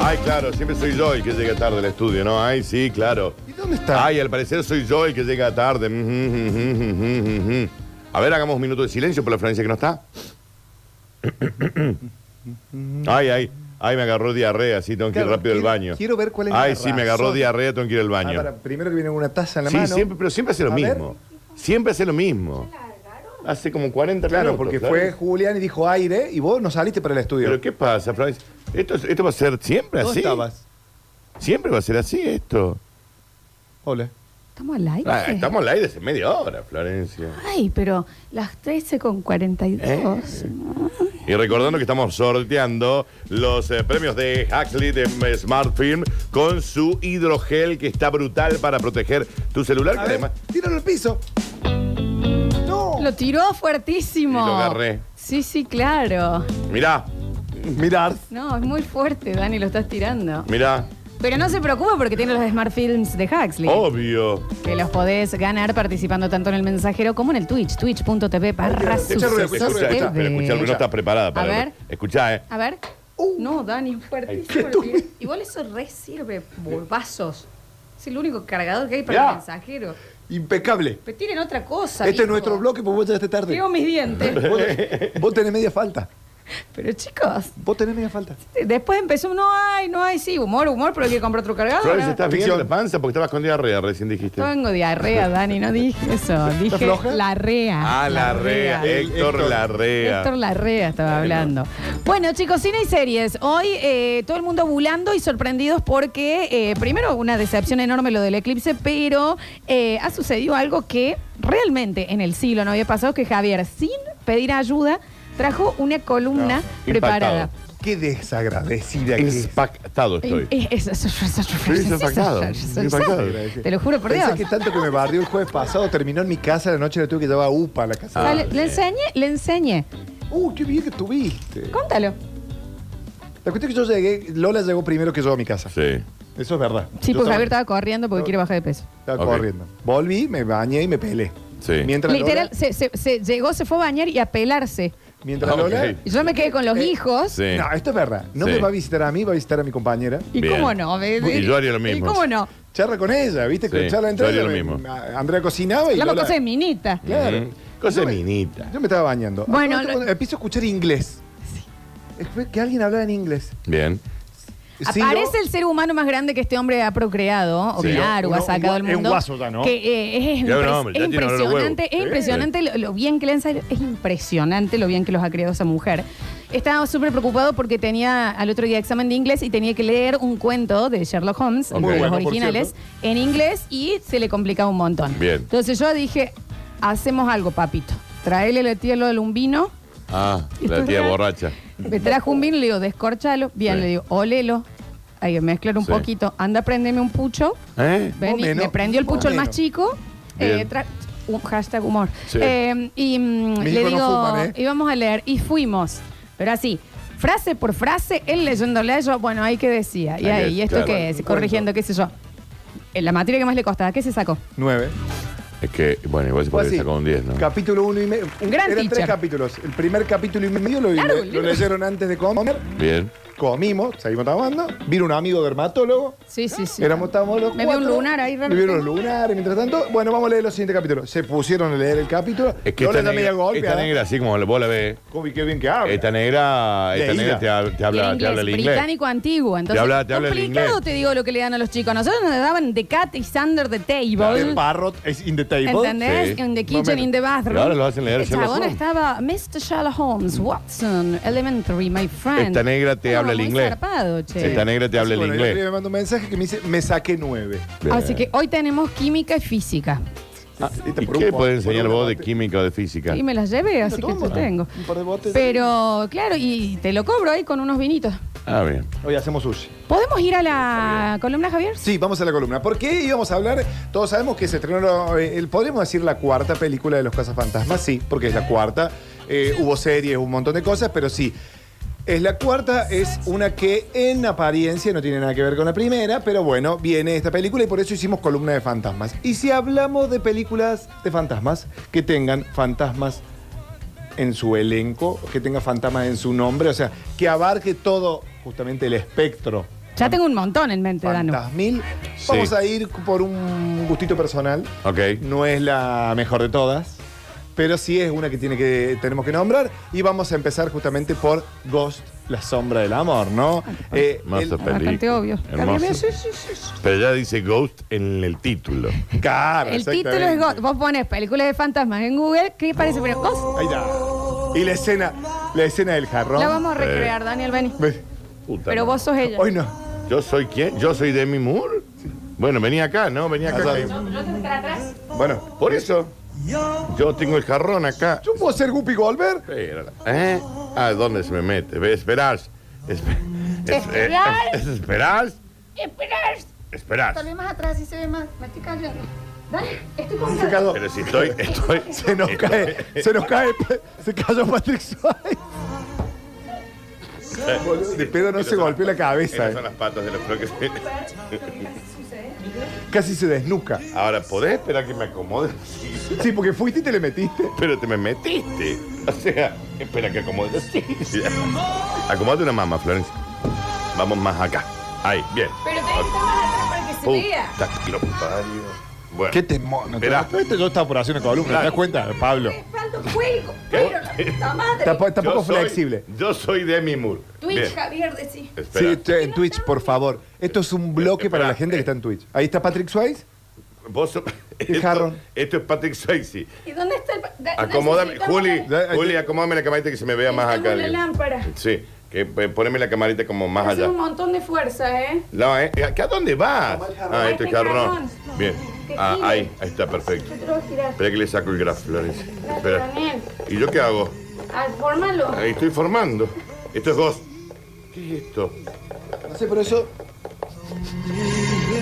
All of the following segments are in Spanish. Ay, claro, siempre soy yo el que llega tarde al estudio, ¿no? Ay, sí, claro. ¿Y dónde está? Ay, al parecer soy yo el que llega tarde. Mm, mm, mm, mm, mm. A ver, hagamos un minuto de silencio por la Florencia que no está. Ay, ay, ay, me agarró diarrea, sí, tengo que ir Claro, rápido al quiero- baño. quiero ver cuál es Ay, la sí, me agarró razón. diarrea, tengo que ir al Ah, baño. para- primero que viene una taza en la sí, mano. siempre, pero siempre hace lo A ver. mismo. Siempre hace lo mismo. Hace como 40 Claro, minutos, porque ¿sabes? fue Julián y dijo aire y vos no saliste para el estudio. ¿Pero qué pasa, Florencia? Esto, es- esto va a ser siempre ¿Dónde así. estabas? Siempre va a ser así esto. Hola. ¿Estamos al aire? Ah, estamos al aire hace media hora, Florencia. Ay, pero las 13 con ¿Eh? 42. Y recordando que estamos sorteando los eh, premios de Huxley de eh, Smart Film con su hidrogel que está brutal para proteger tu celular. A que ver, además, tíralo al piso. No. Lo tiró fuertísimo. Y lo agarré. Sí, sí, claro. mirá, mirá, No, es muy fuerte, Dani, lo estás tirando. mirá, Pero no se preocupe porque tiene los Smart Films de Huxley. Oh. obvio. Que los podés ganar participando tanto en el mensajero como en el Twitch, twitch.tv barra Escucha Escucha, ruido, escucha ruido, escucha, escucha. pero escucha, sucede. no estás preparada A para ver. Escuchá, eh. A ver. Uh. no, Dani, Ay, fuertísimo. qué el video. Igual eso re sirve, vasos. Es el único cargador que hay para Ya. el mensajero. Impecable. Pero tiren otra cosa. Este es hijo. nuestro bloque, pues vos llegaste tarde. Veo mis dientes. Vos, vos tenés media falta. Pero chicos, Vos tenés media falta. después empezó, no hay, no hay, sí, humor, humor, pero hay que comprar otro cargador. Florencia, ¿no? ¿estás bien Ficción. en la panza? Porque estabas con diarrea recién dijiste. Tengo diarrea, Dani, no dije eso. Dije floja? la rea. Ah, la rea, Héctor, Héctor. la rea. Héctor Larrea estaba hablando. Bueno, chicos, cine y series. Hoy eh, todo el mundo bulando y sorprendidos porque, eh, primero, una decepción enorme lo del eclipse, pero eh, ha sucedido algo que realmente en el siglo no había pasado, que Javier, sin pedir ayuda, trajo una columna No, preparada. Eh, impactado. Qué desagradecida que es. Impactado estoy. Es- es- es- Sí, impactado, impactado. Te lo juro por Pensé Dios. que tanto que me barrió el jueves pasado, terminó en mi casa la noche que tuve que llevar a UPA a la casa. Dale, Ah, le enseñé, le enseñé. Uh, qué bien que estuviste. Contalo. La cuestión es que yo llegué, Lola llegó primero que yo a mi casa. Sí. Eso es verdad. Sí, Yo pues Javier estaba, estaba corriendo porque quiere bajar de peso. estaba Ok. corriendo. Volví, me bañé y me pelé. Sí. Mientras Literal, Lola, se, se- se llegó, se fue a bañar y a pelarse. mientras Ah, Lola- ok. Y Yo me quedé con los Eh, hijos. Sí. No, esto es verdad. No Sí. me va a visitar a mí, va a visitar a mi compañera. ¿Y Bien. cómo no? bebé? Y yo haría lo mismo. ¿Y cómo no? Charla con ella, ¿viste? Sí, Charla entre yo haría ellas, lo me- mismo. a- Andrea cocinaba y Hablamos Lola- cosas de minita. Claro. Mm. Cosa Yo de me- minita. Yo me estaba bañando. Bueno, Al- no- cuando empiezo a escuchar inglés. Después que alguien hablaba en inglés. Bien. Ciro- Aparece el ser humano más grande que este hombre ha procreado, o Sí. claro, Uno- ha un sacado gua- al es un mundo. guaso ya, ¿no? Que eh, es, Ya un impres- hombre, ya es tiene olor a huevo. impresionante, es Sí. impresionante lo, lo bien que le han salido, es impresionante lo bien que los ha criado esa mujer. Estaba súper preocupado porque tenía al otro día examen de inglés y tenía que leer un cuento de Sherlock Holmes, Ok. uno de Muy bueno, los por originales, en inglés y se le complicaba un montón. Bien. Entonces yo dije, hacemos algo, papito. Traele la tía lo del un vino. Ah, la tía borracha. Me trajo un vino, le digo, descorchalo. Bien, Sí. le digo, olelo. Hay que mezclar un Sí. poquito. Anda, prendeme un pucho. ¿Eh? Más Vení, o menos, me prendió el más o pucho el más menos. chico. Bien. Eh, tra- un hashtag humor. Sí. Eh, y mm, Mis le hijos no digo, fuman, ¿eh? íbamos a leer y fuimos. Pero así, frase por frase, él leyéndole, yo, bueno, ahí que decía. Y Ahí ahí, es, ¿y esto claro. qué es? Un Corrigiendo, qué sé yo. En la materia que más le costaba, ¿qué se sacó? Nueve. Es que, bueno, igual se Fue puede así. sacar un 10, ¿no? Capítulo uno y medio. Un gran Eran teacher. tres capítulos. El primer capítulo y medio lo, Claro, lo- un lo libro. leyeron antes de comer. Bien. Comimos, seguimos trabajando. Vino un amigo dermatólogo. Sí, sí, sí. Éramos, estábamos los Me veo un cuatro. lunar ahí raro. Me vieron los lunares. Mientras tanto, bueno, vamos a leer los siguientes capítulos. Se pusieron a leer el capítulo. Es que esta Lola está negra, media esta golpeada. negra, así como vos la ves, Uy, qué bien que habla. esta negra, esta Leída. negra te, ha- te Y habla, era te habla el inglés. británico antiguo. Entonces, habla- te habla el complicado inglés. te digo lo que le dan a los chicos. A Nosotros nos daban The Cat is Under the Table. The parrot is in the table. Mm. ¿Entendés? Sí. In the kitchen, Momento. in the bathroom. Y ahora lo hacen leer El Sherlock chabón Holmes. estaba Mr. Sherlock Holmes, Watson, Elementary, my friend. Esta negra te No, habla el muy inglés. zarpado, che. Esta negra te habla el Bueno, el otro día inglés. Me manda un mensaje que me dice, me saqué nueve. Bien. Así que hoy tenemos química y física. Ah, Esta ¿Y por un qué po- podés enseñar por un vos de debate. química o de física? Y me las llevé, así que tomo. yo tengo. Un par de botes. Pero, claro, y te lo cobro ahí con unos vinitos. Ah, bien. Hoy hacemos sushi. ¿Podemos ir a la columna, Javier? Sí, vamos a la columna. ¿Por qué íbamos a hablar? Todos sabemos que se estrenó, eh, el- podríamos decir, la cuarta película de Los Cazafantasmas. Sí, porque es la cuarta. Eh, hubo series, un montón de cosas, pero sí. Es la cuarta, es una que en apariencia no tiene nada que ver con la primera, pero bueno, viene esta película y por eso hicimos columna de fantasmas. Y si hablamos de películas de fantasmas que tengan fantasmas en su elenco, que tenga fantasmas en su nombre, o sea, que abarque todo justamente el espectro Ya tengo un montón en mente, Danu. Fantasmil. Sí. Vamos a ir por un gustito personal. Ok. No es la mejor de todas, pero sí es una que, tiene que tenemos que nombrar. Y vamos a empezar justamente por Ghost, la sombra del amor, ¿no? Ah, Eh, Hermosa el- Bastante película. obvio. Hermosa. Sí, sí, sí, sí. Pero ya dice Ghost en el título. Claro, El título es exactamente. Ghost. Vos pones películas de fantasmas en Google, ¿qué parece? Pero Ghost. Ahí está. Y la escena, la escena del jarrón. La vamos a recrear, Daniel Beni. Ve, Puta Pero madre. vos sos ella. Hoy no. ¿Yo soy quién? ¿Yo soy Demi Moore? Bueno, vení acá, ¿no? Vení acá. Allá. que- Bueno, Por eso. Yo tengo el jarrón acá. yo puedo ser Guppy Goldberg. Espérala. ¿Eh? ¿A dónde se me mete? Ve, esperás. Espe- es- eh, Esperás. es- esperás. Esperar. Esperás. Tal vez más atrás y se ve más. Me estoy callando. Dale, estoy con Se cayó. Pero si estoy, estoy. Se nos estoy- cae, se nos cae, se cayó Patrick Suárez. Boludo, De pedo no se golpeó la cabeza. Esas eh. son las patas de los flores. Casi se desnuca. Ahora, ¿podés esperar que me acomode? Sí. Sí, porque fuiste y te le metiste. Pero te me metiste. O sea, espera que acomode la silla. Acomodate una mama, Florencia. Vamos más acá. Ahí, bien. Pero tenés que estar más atrás para que se vea. Puta que lo parió. Bueno. Qué temor. no te Esperá. das cuenta? yo estaba por hacer una columna. ¿Te das cuenta, Pablo? Falta un juego, pero la puta madre. Tampo- Yo Tampoco soy- flexible. Yo soy Demi Moore. Bien, Twitch, Javier, decí. Espera. Sí, che, en Twitch, por favor. Esto es un bloque para la Espera. gente que está en Twitch. Ahí está Patrick Swayze. Vos sos- El esto- jarrón. Esto es Patrick Swayze. ¿Y dónde está el.? pa- da- Acomódame, necesitamos Juli, Ya, ahí Juli, te- acomódame la camarita que se me vea más acá. Necesitamos la lámpara. Sí, que eh, poneme la camarita como más Hace allá. un montón de fuerza, ¿eh? No, ¿eh? ¿A qué- a dónde vas? Ah, este Este jarrón. jarrón. Bien. Que Ah, gire. ahí, ahí está, perfecto. Yo te lo voy a girar. Espera que le saco el graf, Florencia. Espera. Daniel, ¿Y yo qué hago? ah, fórmalo. Ahí estoy formando. Esto es Ghost. ¿Qué es esto? No sé, por eso.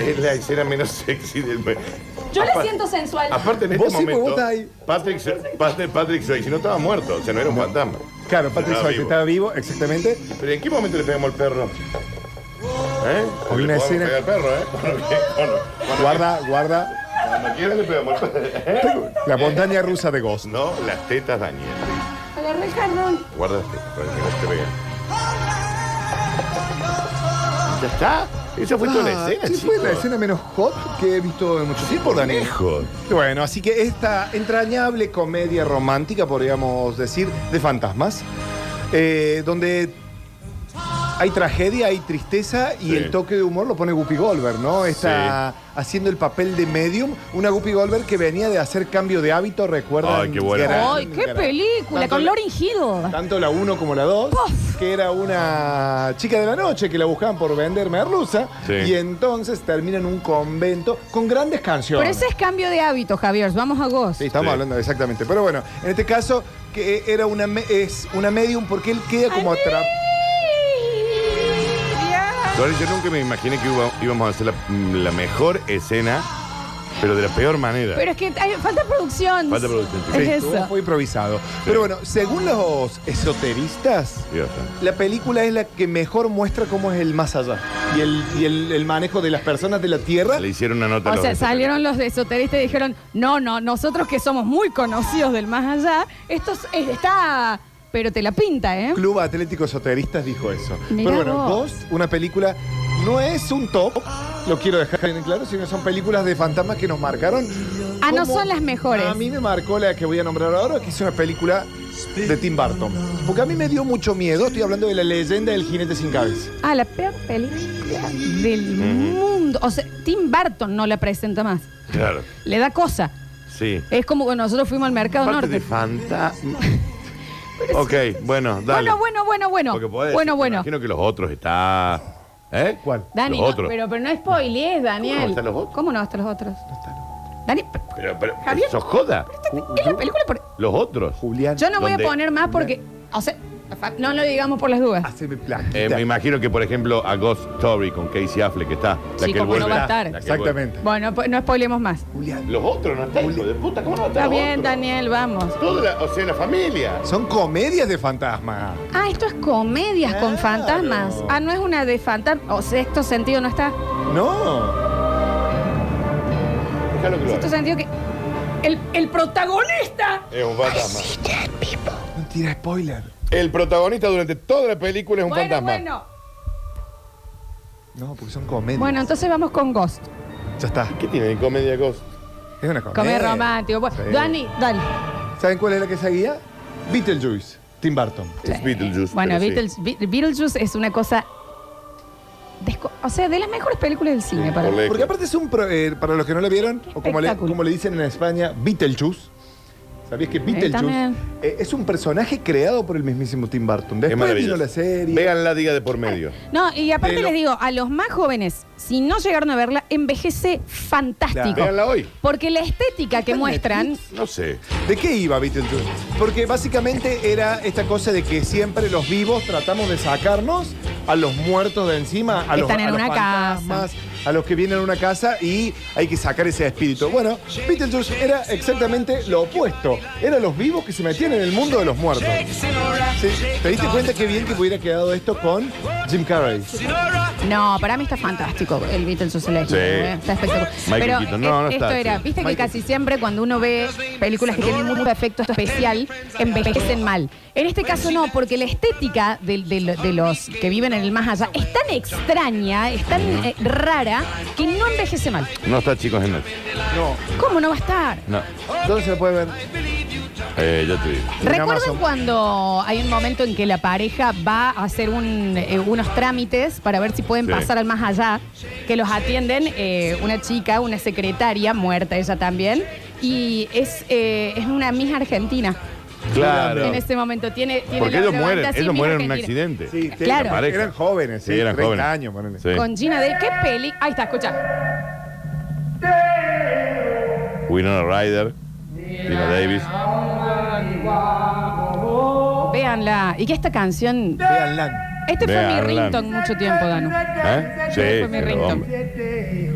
Es la escena menos sexy del mes. Yo la Apa- siento sensual. Aparte, en este Vos sí, porque vos momento, estás ahí. Patrick, Swayze- Patrick, Patrick Swayze no estaba muerto, o sea, no era un fantasma. Claro, Patrick Estaba Swayze vivo. estaba vivo, exactamente. ¿Pero en qué momento le pegamos al perro? ¿Eh? Con Le una podemos escena- pegar al perro, ¿eh? Cuando, cuando, Guarda, guarda. cuando quiera le pegamos al perro. La montaña rusa de Ghost. No, las tetas dañinas. Agarré el jarrón. Guarda las tetas para que no te vean. ¿Ya está? Esa fue toda la Ah, escena, sí, chicos. fue la escena menos hot que he visto en mucho tiempo, Daniel. Lejos. Bueno, así que esta entrañable comedia romántica, podríamos decir, de fantasmas, eh, donde hay tragedia, hay tristeza y Sí. el toque de humor lo pone Guppy Goldberg, ¿no? Está haciendo el papel de medium, una Guppy Goldberg que venía de hacer cambio de hábito, recuerda. Ay, qué buena. Gran ¡Ay, qué película! Con Laura Ingido. Tanto la 1 como la 2, que era una chica de la noche que la buscaban por vender merluza. Sí. Y entonces termina en un convento con grandes canciones. Pero ese es cambio de hábito, Javier. Vamos a Ghost. Sí, estamos Sí. hablando exactamente. Pero bueno, en este caso que era una me- es una medium porque él queda como atrapado. Doris, yo nunca me imaginé que iba- íbamos a hacer la, la mejor escena, pero de la peor manera. Pero es que hay- falta producción. Falta producción, sí. Es Estuvo eso. Fue improvisado. Pero bueno, según los esoteristas, Dios santo. la película es la que mejor muestra cómo es el más allá y el, y el, el manejo de las personas de la Tierra. Le hicieron una nota a O los sea, esoteristas. salieron los de esoteristas y dijeron, no, no, nosotros que somos muy conocidos del más allá, esto es- está... Pero te la pinta, ¿eh? Club Atlético Esoteristas dijo eso. Mirá Pero bueno, vos. Ghost, una película, no es un top, lo quiero dejar en claro, sino son películas de fantasmas que nos marcaron. Ah, no Como son las mejores. A mí me marcó la que voy a nombrar ahora, que es una película de Tim Burton. Porque a mí me dio mucho miedo, estoy hablando de la leyenda del jinete sin cabeza. Ah, la peor película del mundo. O sea, Tim Burton no la presenta más. Claro, Le da cosa. sí. Es como cuando nosotros fuimos al Mercado Parte de Norte. fantasma. ok, bueno, dale. Bueno, bueno, bueno, bueno. Porque podés, Bueno, me bueno. Imagino que los otros está. ¿Eh? ¿Cuál? Dani, los no, otros. pero, pero no spoilees, Daniel. ¿Cómo no están los otros? ¿Cómo no hasta los otros? Dani, pero- Pero, pero, Javier. eso joda. ¿qué es la película? Por- Los otros. Julián. Yo no voy a ¿Dónde? poner más porque, o sea, no lo digamos por las dudas. Haceme plaquita. Eh, me imagino que, por ejemplo, a Ghost Story con Casey Affleck que está. La que Sí, él cómo no vuelve. va a estar. La que él Exactamente. Bueno, pues, no spoilemos más. Julián. vuelve. Los otros no están, hijo de puta. ¿Cómo no va a estar Está los bien, otros? Daniel, vamos. Toda la- o sea, la familia. Son comedias de fantasmas. Ah, esto es comedias Claro. con fantasmas. Ah, no es una de fantasmas. O sexto sentido no está. No. Déjalo que lo Sexto haga. sentido que. El, el protagonista. Es un fantasma. No tira spoiler. El protagonista durante toda la película es un bueno, fantasma. bueno. No, porque son comedias. Bueno, entonces vamos con Ghost. Ya está. ¿Qué tiene de comedia Ghost? Es una comedia. Comer romántico. Bueno, Sí. Dani, dale. ¿Saben cuál es la que seguía? Beetlejuice, Tim Burton. Es Beetlejuice. Bueno, pero sí. Beatles- Be- Beetlejuice es una cosa. desco- O sea, de las mejores películas del cine para por mí. lejos. Porque aparte es un. pro- eh, para los que no lo vieron, Qué o como le, espectáculo. como le dicen en España, Beetlejuice. ¿Sabías que Beetlejuice también. eh, es un personaje creado por el mismísimo Tim Burton? Es Después maravilloso. vino la serie. Véanla, diga de por medio. No, y aparte De lo- les digo, a los más jóvenes, si no llegaron a verla, envejece fantástico. Claro. Véanla hoy. Porque la estética que en muestran. Netflix? No sé. ¿De qué iba Beetlejuice? Porque básicamente era esta cosa de que siempre los vivos tratamos de sacarnos a los muertos de encima, a Que los, están en a los una casa. fantasmas, a los que vienen a una casa y hay que sacar ese espíritu. Bueno, Beetlejuice era exactamente lo opuesto. Eran los vivos que se metían en el mundo de los muertos. Sí, ¿Te diste cuenta qué bien que hubiera quedado esto con Jim Carrey? No, para mí está fantástico el Beatles ¿eh? Sí. Está espectacular. Michael Pero Keaton. eh, No, no esto está, era, sí. viste Michael. que casi siempre cuando uno ve películas que tienen mucho efecto especial, envejecen mal. En este caso no, porque la estética de, de lo- de los que viven en el más allá es tan extraña, es tan eh, rara, que no envejece mal. No está, chicos, en Netflix. No. ¿Cómo no va a estar? No. ¿Dónde se lo puede ver? Eh, ya te digo. En ¿Recuerdan Amazon. cuando hay un momento en que la pareja va a hacer un, eh, unos trámites para ver si pueden Sí. pasar al más allá? Que los atienden eh, una chica, una secretaria, muerta ella también, y es, eh, es una Miss Argentina. Claro. En ese momento tiene... tiene Porque la- ellos la banda mueren, así, ellos Miss mueren en un Argentina. accidente. te- Claro. eran- Pareja. Eran jóvenes, sí, Sí, eran 30 jóvenes. años, ponele. Sí. Con Gina Del, ¿qué peli? Ahí está, escucha. Winona Ryder, Dina Davis. Véanla. Y que esta canción... Véanla. Este fue mi Véanla. ringtone mucho tiempo, Danu. ¿Eh? Sí, Fue mi pero ringtone. hombre.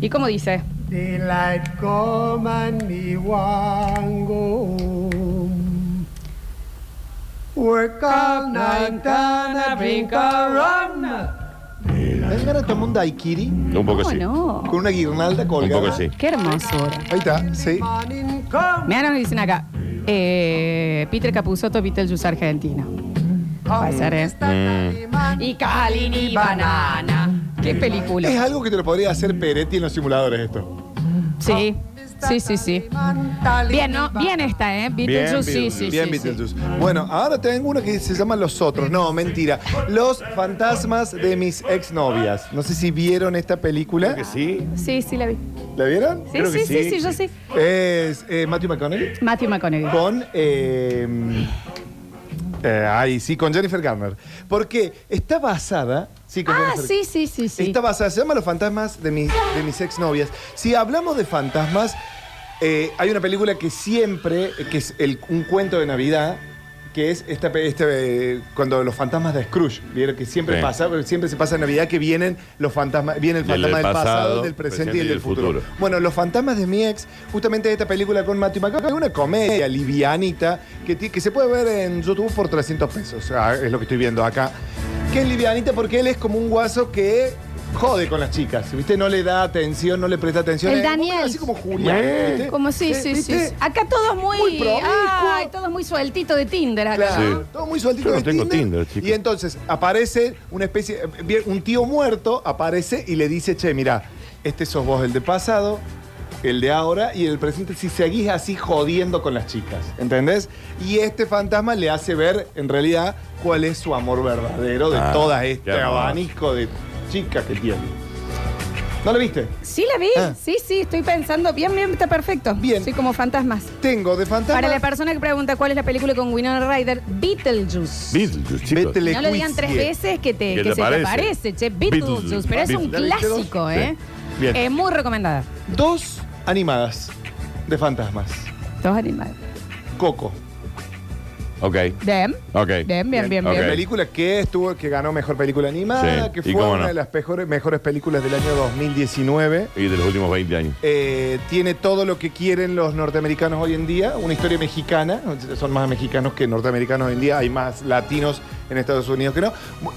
¿Y cómo dice? Daylight come and me want go home. Work all night and I drink a rum. ¿Tenés ganas de tomar un daiquiri Un poco ¿Cómo Pues sí. Oh, no? con una guirnalda Un colgada? poco sí. Qué hermosura. Ahí está, sí. Morning come, Mira, nos dicen acá. Eh, Peter Capusotto, Beetlejuice argentino. Va a ser, ¿eh? Y Calini Banana. Qué Es película. algo que te lo podría hacer Peretti en los simuladores esto. Sí, Ah. sí, sí, sí. Bien, ¿no? Bien esta, ¿eh? Beetlejuice, sí, sí, Bien, sí, sí. Beetlejuice. Bueno, ahora tengo uno que se llama Los Otros. No, mentira. Los fantasmas de mis exnovias. No sé si vieron esta película. Creo que sí. Sí, sí, la vi. ¿La vieron? Sí, Creo que sí, sí, sí. sí, yo sí. Es eh, Matthew McConaughey Matthew McConaughey. con... eh, eh, ay, sí, con Jennifer Garner. Porque está basada... Sí, con Ah, Jennifer sí, sí, sí, sí. Esta basada se llama Los fantasmas de mis, de mis exnovias. Si hablamos de fantasmas, eh, hay una película que siempre, eh, que es el- un cuento de Navidad, que es esta, pe- este, eh, cuando los fantasmas de Scrooge, vieron que siempre Sí. pasa, siempre se pasa en Navidad que vienen los fantasmas, viene el Del fantasma del, pasado, pasado, del presente, y el del futuro. futuro. Bueno, Los fantasmas de mi ex, justamente esta película con Matthew McConaughey, una comedia livianita que, ti- que se puede ver en YouTube por 300 pesos, ah, es lo que estoy viendo acá. Que es livianita porque él es como un guaso que jode con las chicas, ¿viste? No le da atención, no le presta atención. El Es un poco Daniel. Así como Julián, ¿viste? Como sí, Eh, sí, sí. ¿viste? sí. Acá todos muy. Muy promiscuo. ay, todos muy sueltito de Tinder acá. Claro. Sí. Todo muy sueltito Yo no de tengo Tinder, chicos. Y entonces aparece una especie, bien, un tío muerto aparece y le dice, che, mirá, este sos vos el de pasado, el de ahora y el presente si seguís así jodiendo con las chicas, ¿entendés? Y este fantasma le hace ver en realidad cuál es su amor verdadero de Ah, todo qué este hermoso. abanico de chicas que tiene. ¿No lo viste? Sí, la vi. Ah. Sí, sí, estoy pensando. Bien, bien, está perfecto. Bien. Soy como fantasmas. Tengo de fantasma. Para la persona que pregunta cuál es la película con Winona Ryder, Beetlejuice. Beetlejuice, chicos. Vete- no lo digan tres veces que, te, Que que te se aparece. te aparece, che. Beetlejuice, Beetlejuice. pero es un Beetlejuice. clásico, Sí. ¿eh? Bien. Eh, muy recomendada. Dos animadas de fantasmas. Dos animales. Coco. Ok, Bien. ok. Bien, bien, bien, bien. Ok. La película que estuvo, que ganó mejor película animada, Sí, que y fue cómo una no. de las mejores, mejores películas del año 2019. Y de los últimos 20 años. Eh, tiene todo lo que quieren los norteamericanos hoy en día, una historia mexicana, son más mexicanos que norteamericanos hoy en día, hay más latinos en Estados Unidos que no,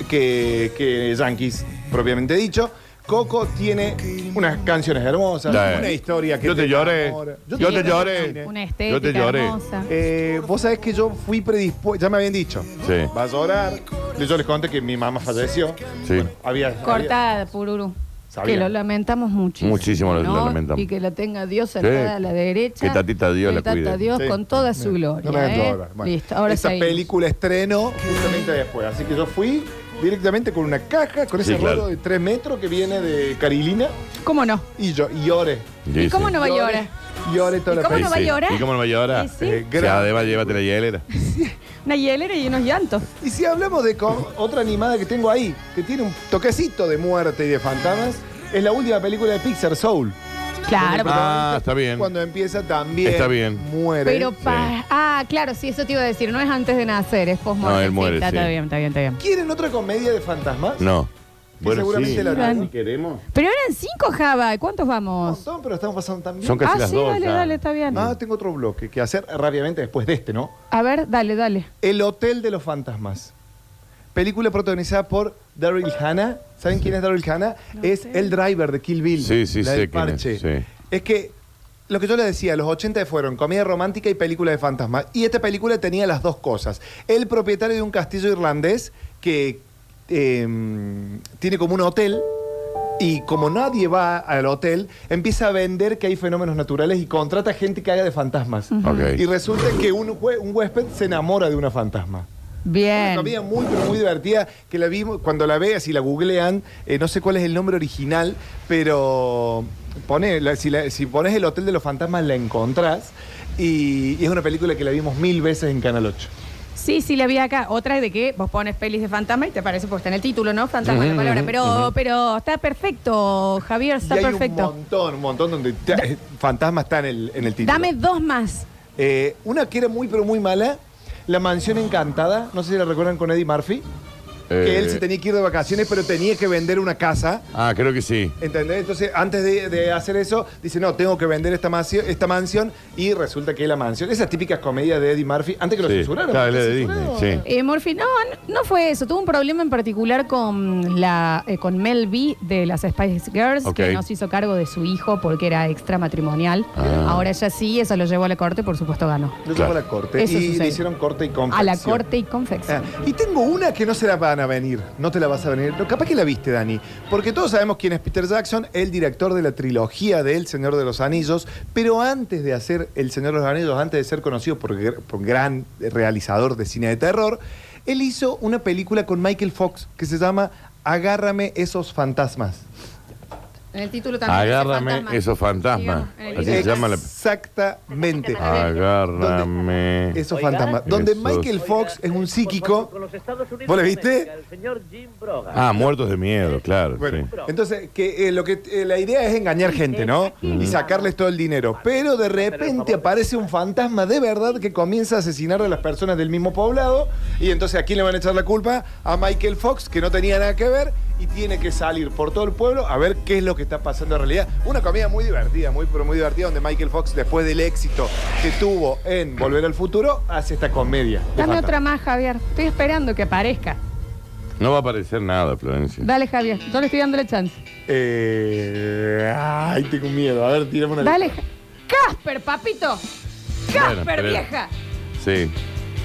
que, que yanquis propiamente dicho. Coco tiene unas canciones hermosas, Sí. una historia que Yo te lloré. enamora. Yo te Sí, lloré. Una estética Yo te lloré. hermosa. Eh, vos sabés que yo fui predispuesto, ya me habían dicho, Sí. vas a llorar, Yo les conté que mi mamá falleció. Sí. Había, había- Cortada, Pururu. Sabía. Que lo lamentamos muchísimo. Muchísimo lo- ¿no? lo lamentamos. Y que la tenga Dios sentada Sí. a la derecha. Que Tatita Dios Que la Tata cuide. Dios Sí. con toda su gloria. No me hagas ¿eh? llorar. Bueno, Listo, ahora Esa seguimos. película estreno justamente después. Así que yo fui directamente con una caja, con ese Sí, claro. rollo de 3 metros que viene de Carilina. ¿Cómo no? Y yo, y lloré. Sí, ¿Y cómo sí. no va a llorar? Lloré ¿Y toda la cómo Sí, no va a sí. llorar? ¿Y cómo no va a llorar? Sí, sí. Eh, Sí, además, llévate la hielera. Una hielera y unos llantos. Y si hablamos de co- otra animada que tengo ahí, que tiene un toquecito de muerte y de fantasmas, es la última película de Pixar, Soul. Claro, pero- Ah, está bien. Cuando empieza también Está bien. muere. pero. pa- Sí. Ah, claro, sí, eso te iba a decir. No es antes de nacer, es post No, él muere, está, sí. está bien, está bien, está bien. ¿Quieren otra comedia de fantasmas? No. Que seguramente la Claro. un queremos. Pero eran cinco, Java. ¿Cuántos vamos? montón, pero estamos pasando también. Son casi ah, las sí, dos. dale, ya. dale, está bien. Ah, tengo otro bloque que hacer rápidamente después de este, ¿no? A ver, dale, dale. El Hotel de los Fantasmas. Película protagonizada por Daryl Hannah. ¿Saben quién es Daryl Hannah? Es el driver de Kill Bill. Sí, sí, la sé del quién es, parche. sí. Es que lo que yo les decía, los 80 fueron comedia romántica y película de fantasmas. Y esta película tenía las dos cosas. El propietario de un castillo irlandés que eh, tiene como un hotel. Y como nadie va al hotel, empieza a vender que hay fenómenos naturales y contrata gente que haga de fantasmas. Ok. Y resulta que un, jue- un huésped se enamora de una fantasma. Una Bien. comedia muy, pero muy divertida que la vimos, cuando la veas y la googlean, eh, no sé cuál es el nombre original, pero pone, la- si, la- si pones el Hotel de los Fantasmas la encontrás y, y es una película que la vimos mil veces en Canal 8. Sí, sí, la vi acá. Otra es de que vos pones pelis de fantasma y te parece porque está en el título, ¿no? Fantasma es la palabra. Pero, pero está perfecto, Javier, está y hay perfecto. un montón, un montón donde te- eh, fantasma está en el, en el título. Dame dos más. Eh, una que era muy, pero muy mala, La Mansión Encantada, no sé si la recuerdan con Eddie Murphy, que Eh, él se tenía que ir de vacaciones, pero tenía que vender una casa. Ah, creo que sí. ¿Entendés? Entonces, antes de, de hacer eso, dice, no, tengo que vender esta, mansión, esta mansión y resulta que es la mansión. Esas típicas comedias de Eddie Murphy, antes que lo Sí. censuraron. Claro, ¿lo es de censuraron? Disney, Eh, Murphy, no, no, no fue eso. Tuvo un problema en particular con la eh, con Mel B de las Spice Girls, Ok. que no se hizo cargo de su hijo porque era extramatrimonial. Ah. Ahora ya sí, eso lo llevó a la corte, por supuesto ganó. Lo Claro. llevó a la corte Eso y sucede. le hicieron corte y compra. A la corte y confección. Ah, y tengo una que no se la van a venir, no te la vas a venir. No, capaz que la viste, Dani. Porque todos sabemos quién es Peter Jackson, el director de la trilogía de El Señor de los Anillos. Pero antes de hacer El Señor de los Anillos, antes de ser conocido por, gr- por gran realizador de cine de terror, él hizo una película con Michael Fox que se llama Agárrame esos fantasmas. En el título también. dice Agárrame fantasma. esos fantasmas. Sí, en el Así se llama la. Exactamente. Agárrame. Esos Oiga. fantasmas. Donde Esos. Michael Fox es un psíquico. ¿Vos le viste? El señor Jim Brogan. Ah, muertos de miedo, claro. Bueno, sí. entonces que eh, lo que eh, la idea es engañar gente, ¿no? Mm. Y sacarles todo el dinero. Pero de repente aparece un fantasma de verdad que comienza a asesinar a las personas del mismo poblado. Y entonces a quién le van a echar la culpa? A Michael Fox, que no tenía nada que ver, y tiene que salir por todo el pueblo a ver qué es lo que está pasando en realidad. Una comedia muy divertida, muy pero muy divertida, donde Michael Fox, después del éxito que tuvo en Volver al Futuro, hace esta comedia. de Dame fantasmas. otra más, Javier. Estoy esperando que aparezca. No va a aparecer nada, Florencia. Dale, Javier. Yo le estoy dando la chance. Eh, ay, tengo miedo. A ver, tirame una. Dale. Ja- Casper, papito. Casper, Bueno, pero- vieja. Sí.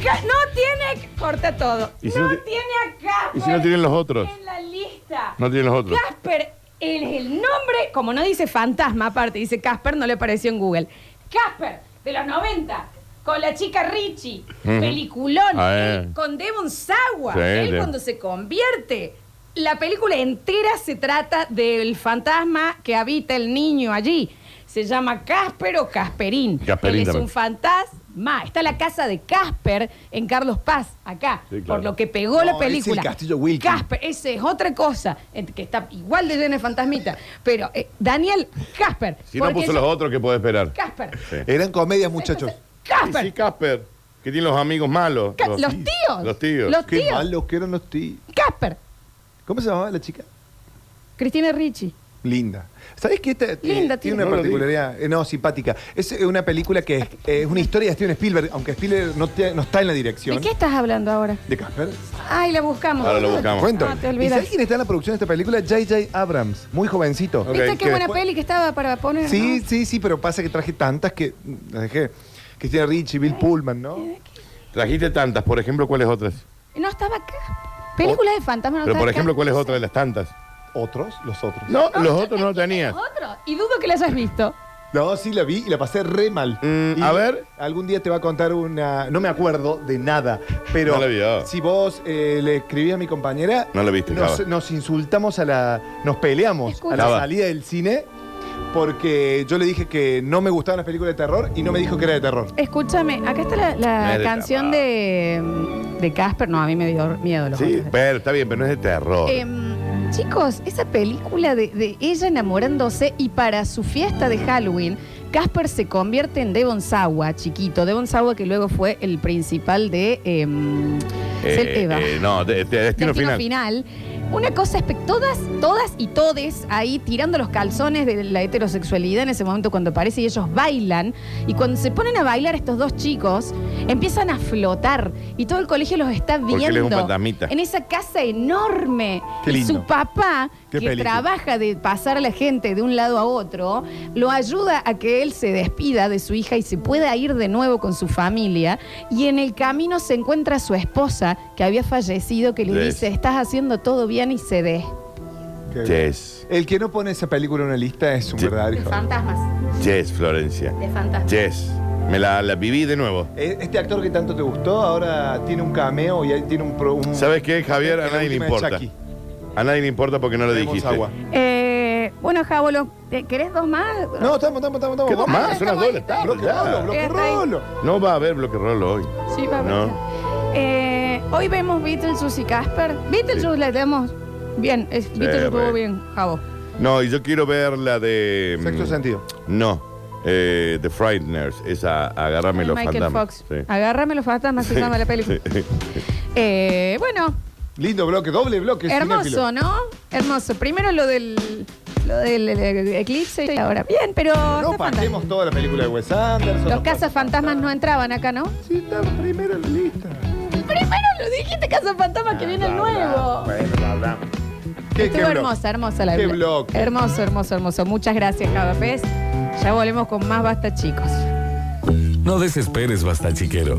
Ca- no tiene. Corta todo. ¿Y No, si no ti- tiene a ¿Y Casper. si no tienen los otros? En la lista. No tienen los otros. Casper, el, el nombre, como no dice fantasma, aparte dice Casper, no le apareció en Google. Casper, de los 90, con la chica Richie, Ujú. peliculón, Ah, eh. él con Devon Sawa. Sí, él sí. cuando se convierte. La película entera se trata del fantasma que habita el niño allí. Se llama Casper o Casperín. Casperín Él es también. un fantasma. Está la casa de Casper en Carlos Paz, acá. Sí, claro. Por lo que No, pegó la ese es el película. Castillo Wilkin. Casper Casper, esa es otra cosa, en- que está igual de llena de fantasmita. Pero eh, Daniel Casper. Si no porque puso yo- los otros, ¿qué puede esperar? Casper. Eran comedias, muchachos. Y sí, Casper. Eh, Casper. Que tiene los amigos malos. Ca- los tíos. Los tíos. Los- Qué Tío. malos que eran los tíos. Casper. ¿Cómo se llamaba la chica? Cristina Ricci. Linda. ¿Sabés que esta eh, Linda, tío. tiene una No lo particularidad? eh, no, simpática. Es eh, una película que es, eh, es una historia de Steven Spielberg, aunque Spielberg no, te- no está en la dirección. ¿De qué estás hablando ahora? ¿De Casper? Ay, la buscamos. Ahora la Te buscamos. cuento. Ah, te ¿Y olvidas. sabés quién está en la producción de esta película? J.J. Abrams, muy jovencito. Ok, ¿Viste que qué buena después- peli que estaba para poner? Sí, no? sí, sí, pero pasa que traje tantas que mm, las dejé. Cristina Ricci, Bill Pullman, ¿no? Trajiste tantas, por ejemplo, ¿cuáles otras? No estaba acá. Película de fantasma no Pero, estaba por acá. ejemplo, ¿cuál es otra de las tantas? ¿Otros? Los otros. No, los otros no lo tenías. Otro. Y dudo que la hayas visto. No, sí la vi y la pasé re mal. Mm, Y a ver. Algún día te va a contar una. No me acuerdo de nada, pero No la vio. si vos eh, le escribí a mi compañera. No la viste, Java. nos, nos insultamos a la. Nos peleamos Escucha. a la Java. salida del cine porque yo le dije que no me gustaban las películas de terror y no me dijo que era de terror. Escúchame, acá está la, la No es de canción terror. de, de Casper. No, a mí me dio miedo los Sí, otros. pero está bien, pero no es de terror. Em, chicos, esa película de, de ella enamorándose y para su fiesta de Halloween, Casper se convierte en Devon Sawa, chiquito. Devon Sawa que luego fue el principal de... em, Eh, Cel- Eva. eh, no, de- de- destino, final. Destino final. Una cosa es todas, todas y todes ahí tirando los calzones de la heterosexualidad en ese momento cuando aparece y ellos bailan. Y cuando se ponen a bailar estos dos chicos, empiezan a flotar y todo el colegio los está Porque él viendo. es un fantasmita. En esa casa enorme. Qué Y lindo. su papá, Qué que película. trabaja de pasar a la gente de un lado a otro, lo ayuda a que él se despida de su hija y se pueda ir de nuevo con su familia. Y en el camino se encuentra su esposa, que había fallecido, que le Yes. dice, estás haciendo todo bien y se dé. Que- Yes, El que no pone esa película en una lista es un Sí. verdadero hijo. fantasmas, yes, Florencia. de fantasmas. Yes. Me la, la viví de nuevo. Eh, Este actor que tanto te gustó ahora tiene un cameo y ahí tiene un. pro- un- ¿Sabes qué, Javier? A en la nadie le última de importa. Chucky. A nadie le importa porque no lo Tenemos dijiste. agua. Eh, bueno, Jabolo, ¿te- ¿querés dos más? No, estamos, estamos, estamos, ¿Qué estamos. más? Son las estamos dos de ahí, la tarde, Bloque ya. rolo, bloque Quédate ahí. rolo. No va a haber bloque rolo hoy. Sí, va a No. verla. Eh, hoy vemos Beetlejuice y Casper. Beetlejuice la tenemos bien. Es, Beetlejuice estuvo re. bien, Jabo. No, y yo quiero ver la de. mm, Sexto sentido. No. Eh, The Frighteners, esa agarrarme Ay, los Michael fantasmas. Fox. Sí. Agárrame los fantasmas, se llama la película. Eh, bueno, Lindo bloque, doble bloque. hermoso, cinéfilo. ¿no? Hermoso. Primero lo del, lo del eh, eclipse y ahora. Bien, pero. No partimos está fantástico. toda la película de Wes Anderson. Los cazafantasmas no entraban acá, ¿no? Sí, está primero en la lista. Primero lo dijiste, cazafantasmas, que viene el nuevo. Bueno, la hablamos. ¿Qué, qué Estuvo bloque? hermosa, hermosa la Qué bla- bloque. Hermoso, hermoso, hermoso. Muchas gracias, Javapés. Ya volvemos con más basta, chicos. No desesperes, basta chiquero.